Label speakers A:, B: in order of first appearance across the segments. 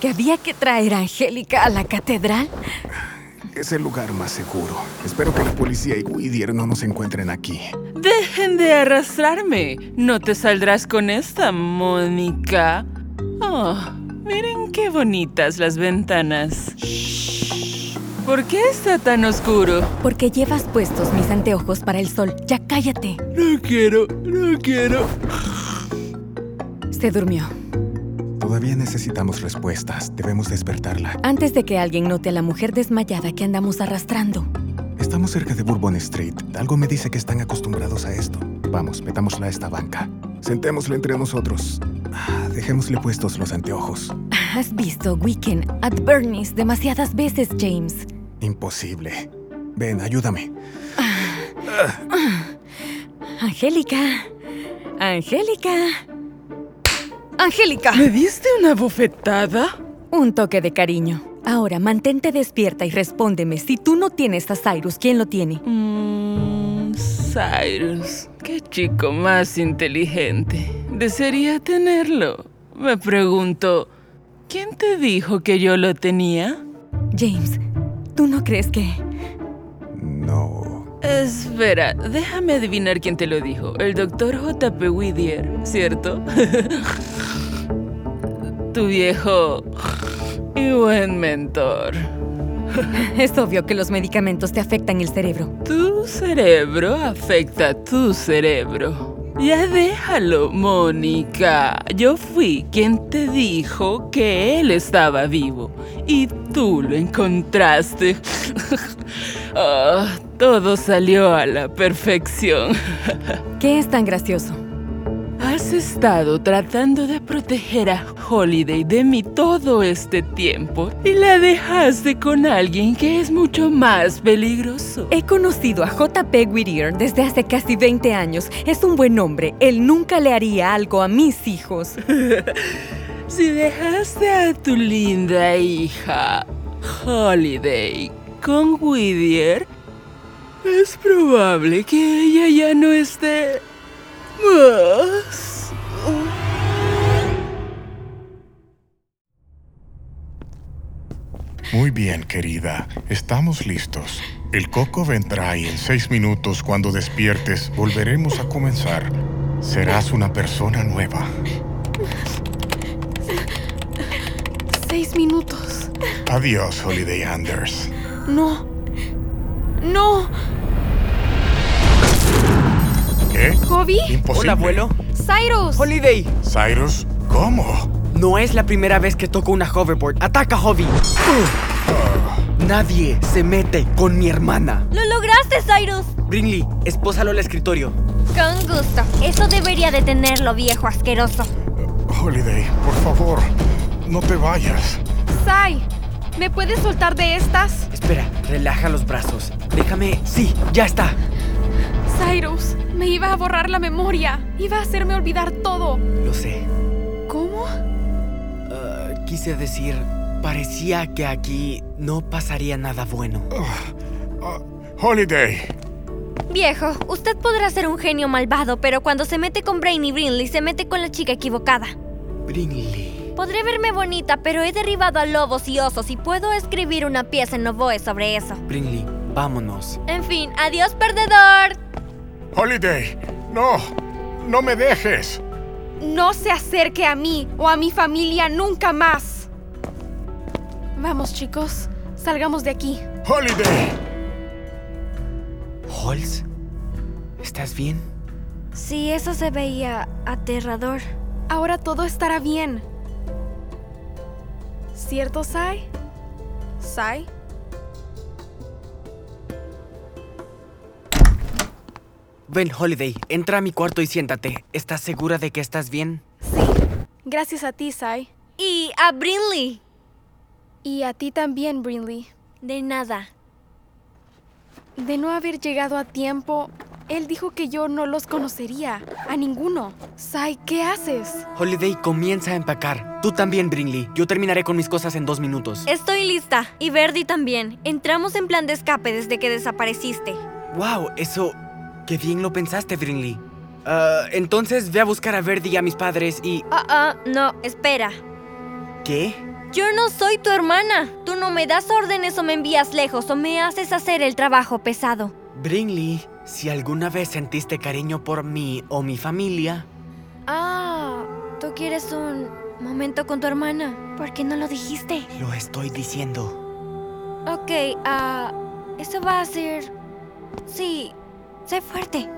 A: que había que traer a Angélica a la catedral?
B: Es el lugar más seguro. Espero que la policía y Whittier no nos encuentren aquí.
C: Dejen de arrastrarme. No te saldrás con esta, Mónica. Oh, miren qué bonitas las ventanas. ¿Por qué está tan oscuro?
A: Porque llevas puestos mis anteojos para el sol. Ya cállate.
C: No quiero, no quiero.
A: Se durmió.
B: Todavía necesitamos respuestas. Debemos despertarla.
A: Antes de que alguien note a la mujer desmayada que andamos arrastrando.
B: Estamos cerca de Bourbon Street. Algo me dice que están acostumbrados a esto. Vamos, metámosla a esta banca. Sentémosla entre nosotros. Ah, Dejémosle puestos los anteojos.
A: Has visto Weekend at Bernie's demasiadas veces, James.
B: Imposible. Ven, ayúdame.
A: Angélica. Angélica. Angélica.
C: ¿Me diste una bofetada?
A: Un toque de cariño. Ahora mantente despierta y respóndeme. Si tú no tienes a Cyrus, ¿quién lo tiene?
C: Mmm, Cyrus, qué chico más inteligente. Desearía tenerlo. Me pregunto, ¿quién te dijo que yo lo tenía?
A: James, ¿tú no crees que...
B: No.
C: Espera, déjame adivinar quién te lo dijo. El doctor J.P. Whittier, ¿cierto? tu viejo y buen mentor.
A: Es obvio que los medicamentos te afectan el cerebro.
C: Tu cerebro afecta a tu cerebro. Ya déjalo, Mónica. Yo fui quien te dijo que él estaba vivo y tú lo encontraste. Ah, todo salió a la perfección.
A: ¿Qué es tan gracioso?
C: Has estado tratando de proteger a Holiday de mí todo este tiempo y la dejaste con alguien que es mucho más peligroso.
A: He conocido a J.P. Whittier desde hace casi 20 años. Es un buen hombre. Él nunca le haría algo a mis hijos.
C: Si dejaste a tu linda hija, Holiday, con Whittier, es probable que ella ya no esté más.
D: Muy bien, querida. Estamos listos. El coco vendrá y en seis minutos, cuando despiertes, volveremos a comenzar. Serás una persona nueva.
E: Seis minutos.
D: Adiós, Holiday Anders.
E: No. No.
D: ¿Qué?
E: ¿Kobe?
D: Imposible.
F: Hola, abuelo.
E: Cyrus.
F: Holiday.
D: Cyrus, ¿cómo?
F: No es la primera vez que toco una hoverboard. ¡Ataca, Hobby! Nadie se mete con mi hermana.
E: ¡Lo lograste, Cyrus!
F: Brinley, espósalo al escritorio.
G: Con gusto. Eso debería detenerlo, viejo asqueroso.
D: Holiday, por favor, no te vayas.
E: Sai, ¿me puedes soltar de estas?
F: Espera, relaja los brazos. Déjame. Sí, ya está.
E: Cyrus, me iba a borrar la memoria. Iba a hacerme olvidar todo.
F: Lo sé.
E: ¿Cómo?
F: Ah, quise decir, parecía que aquí no pasaría nada bueno.
D: Ah, Holiday.
G: Viejo, usted podrá ser un genio malvado, pero cuando se mete con Brainy Brinley se mete con la chica equivocada.
F: Brinley.
G: Podré verme bonita, pero he derribado a lobos y osos y puedo escribir una pieza en Novoe sobre eso.
F: Brinley, vámonos.
G: En fin, adiós perdedor.
D: Holiday, no. No me dejes.
E: No se acerque a mí o a mi familia nunca más. Vamos, chicos, salgamos de aquí.
D: Holiday.
F: Holz, ¿estás bien?
G: Sí, eso se veía aterrador.
E: Ahora todo estará bien. ¿Cierto, Sai? ¿Sai?
F: Ven, Holiday, entra a mi cuarto y siéntate. ¿Estás segura de que estás bien?
E: Sí. Gracias a ti, Sai.
G: Y a Brinley.
E: Y a ti también, Brinley.
G: De nada.
E: De no haber llegado a tiempo, él dijo que yo no los conocería. A ninguno. Sai, ¿qué haces?
F: Holiday, comienza a empacar. Tú también, Brinley. Yo terminaré con mis cosas en dos minutos.
G: Estoy lista. Y Verdi también. Entramos en plan de escape desde que desapareciste.
F: ¡Wow! Eso... ¡Qué bien lo pensaste, Brinley! Ah, entonces ve a buscar a Verdi y a mis padres y...
G: Ah, ah, no, espera.
F: ¿Qué?
G: Yo no soy tu hermana. Tú no me das órdenes o me envías lejos o me haces hacer el trabajo pesado.
F: Brinley, si alguna vez sentiste cariño por mí o mi familia,
G: Ah, tú quieres un momento con tu hermana. ¿Por qué no lo dijiste?
F: lo estoy diciendo.
G: Ok, ah, eso va a ser... Sí, sé fuerte.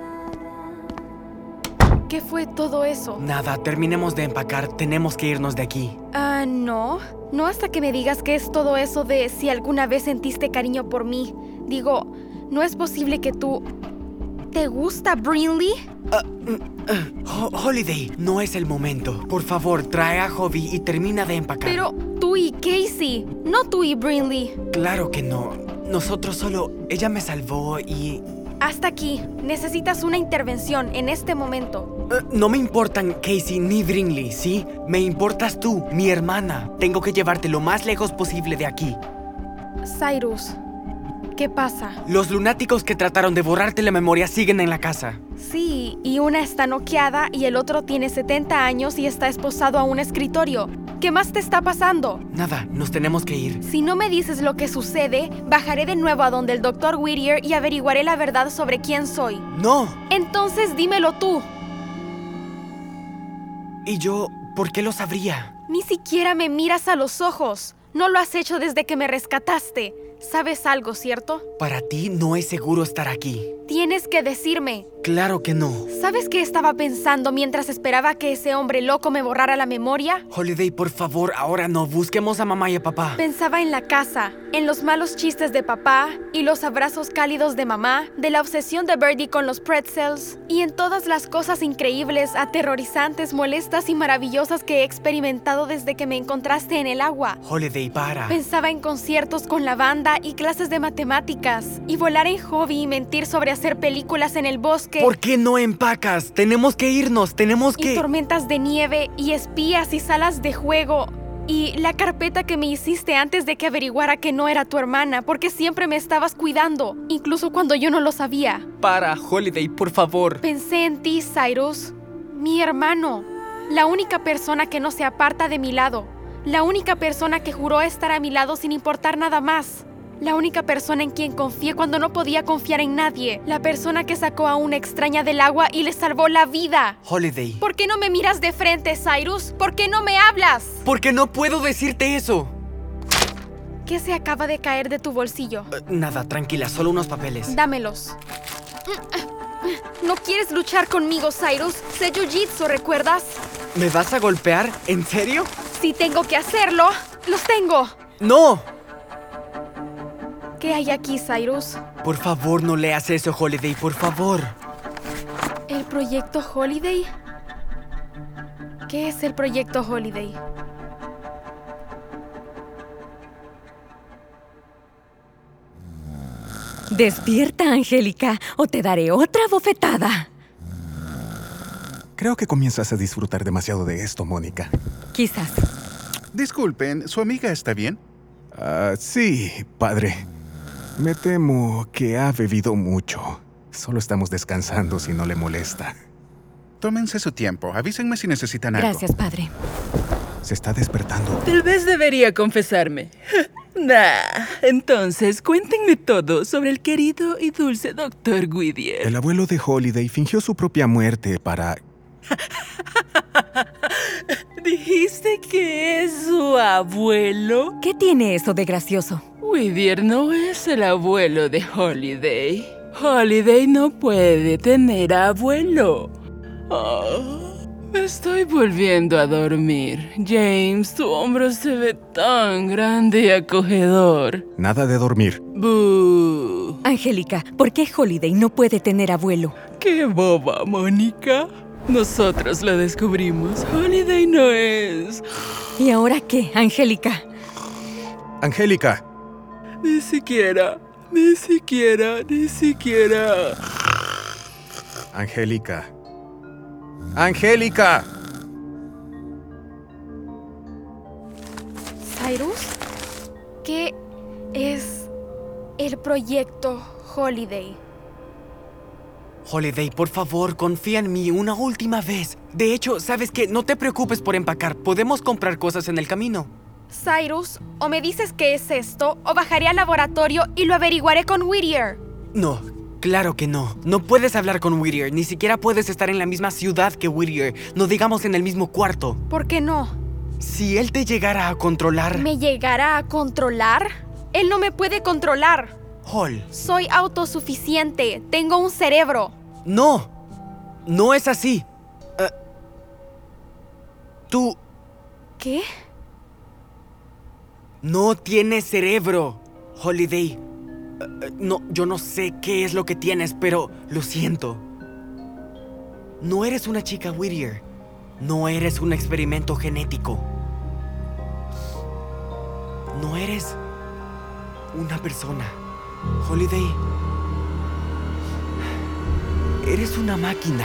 E: ¿Qué fue todo eso?
F: Nada, terminemos de empacar, tenemos que irnos de aquí.
E: Ah, no. No hasta que me digas qué es todo eso de si alguna vez sentiste cariño por mí. Digo, no es posible que tú... ¿Te gusta Brinley?
F: Ho- Holiday, no es el momento. Por favor, trae a Hobby y termina de empacar.
E: Pero tú y Casey, no tú y Brinley.
F: Claro que no. Nosotros solo... Ella me salvó y...
E: Hasta aquí. Necesitas una intervención en este momento.
F: Eh, no me importan Casey ni Brinley, ¿sí? Me importas tú, mi hermana. Tengo que llevarte lo más lejos posible de aquí.
E: Cyrus, ¿qué pasa?
F: Los lunáticos que trataron de borrarte la memoria siguen en la casa.
E: Sí, y una está noqueada y el otro tiene 70 años y está esposado a un escritorio. ¿Qué más te está pasando?
F: Nada, nos tenemos que ir.
E: Si no me dices lo que sucede, bajaré de nuevo a donde el doctor Whittier y averiguaré la verdad sobre quién soy.
F: ¡No!
E: Entonces dímelo tú.
F: ¿Y yo por qué lo sabría?
E: Ni siquiera me miras a los ojos. No lo has hecho desde que me rescataste. ¿Sabes algo, cierto?
F: Para ti no es seguro estar aquí.
E: Tienes que decirme.
F: Claro que no.
E: ¿Sabes qué estaba pensando mientras esperaba que ese hombre loco me borrara la memoria?
F: Holiday, por favor, ahora no. Busquemos a mamá y a papá.
E: Pensaba en la casa, en los malos chistes de papá y los abrazos cálidos de mamá, de la obsesión de Birdie con los pretzels y en todas las cosas increíbles, aterrorizantes, molestas y maravillosas que he experimentado desde que me encontraste en el agua.
F: Holiday, para.
E: Pensaba en conciertos con la banda y clases de matemáticas, y volar en hobby y mentir sobre hacer películas en el bosque.
F: ¿Por qué no empacas? Tenemos que irnos, tenemos
E: y
F: que...
E: tormentas de nieve y espías y salas de juego. Y la carpeta que me hiciste antes de que averiguara que no era tu hermana, porque siempre me estabas cuidando, incluso cuando yo no lo sabía.
F: Para, Holiday, por favor.
E: Pensé en ti, Cyrus, mi hermano, la única persona que no se aparta de mi lado, la única persona que juró estar a mi lado sin importar nada más. La única persona en quien confié cuando no podía confiar en nadie. La persona que sacó a una extraña del agua y le salvó la vida.
F: Holiday.
E: ¿Por qué no me miras de frente, Cyrus? ¿Por qué no me hablas?
F: Porque no puedo decirte eso.
E: ¿Qué se acaba de caer de tu bolsillo?
F: Eh, Nada, tranquila, solo unos papeles.
E: Dámelos. ¿No quieres luchar conmigo, Cyrus? Sé jiu-jitsu, ¿recuerdas?
F: ¿Me vas a golpear? ¿En serio?
E: Si tengo que hacerlo, los tengo.
F: ¡No!
E: ¿Qué hay aquí, Cyrus?
F: Por favor, no leas eso, Holiday, por favor.
E: ¿El proyecto Holiday? ¿Qué es el proyecto Holiday?
A: Despierta, Angélica, o te daré otra bofetada.
B: Creo que comienzas a disfrutar demasiado de esto, Mónica.
A: Quizás.
H: Disculpen, ¿su amiga está bien?
B: Ah, sí, padre. Me temo que ha bebido mucho. Solo estamos descansando si no le molesta.
H: Tómense su tiempo. Avísenme si necesitan algo.
A: Gracias, padre.
B: Se está despertando.
C: Tal vez debería confesarme. Nah. Entonces, cuéntenme todo sobre el querido y dulce doctor Whittier.
B: El abuelo de Holiday fingió su propia muerte para...
C: Dijiste que es su abuelo.
A: ¿Qué tiene eso de gracioso?
C: Whittier no es el abuelo de Holiday. Holiday no puede tener abuelo. Oh, me estoy volviendo a dormir. James, tu hombro se ve tan grande y acogedor.
B: Nada de dormir.
C: Boo.
A: Angélica, ¿por qué Holiday no puede tener abuelo?
C: ¡Qué boba, Mónica! Nosotros lo descubrimos. Holiday no es.
A: ¿Y ahora qué, Angélica?
B: Angélica,
C: Ni siquiera, ni siquiera, ni siquiera.
B: Angélica. Angélica.
E: ¿Cyrus? ¿Qué es el proyecto Holiday?
F: Holiday, por favor, confía en mí una última vez. De hecho, ¿sabes qué? No te preocupes por empacar. Podemos comprar cosas en el camino.
E: Cyrus, o me dices qué es esto, o bajaré al laboratorio y lo averiguaré con Whittier.
F: No, claro que no. No puedes hablar con Whittier, ni siquiera puedes estar en la misma ciudad que Whittier, no digamos en el mismo cuarto.
E: ¿Por qué no?
F: Si él te llegara a controlar...
E: ¿Me llegará a controlar? Él no me puede controlar.
F: Hall,
E: Soy autosuficiente. Tengo un cerebro.
F: no. No es así. Eh, tú
E: ¿Qué?
F: no tienes cerebro, Holiday. Eh, eh, no, yo no sé qué es lo que tienes, pero lo siento. No eres una chica Whittier. No eres un experimento genético. No eres una persona. Holiday. Eres una máquina.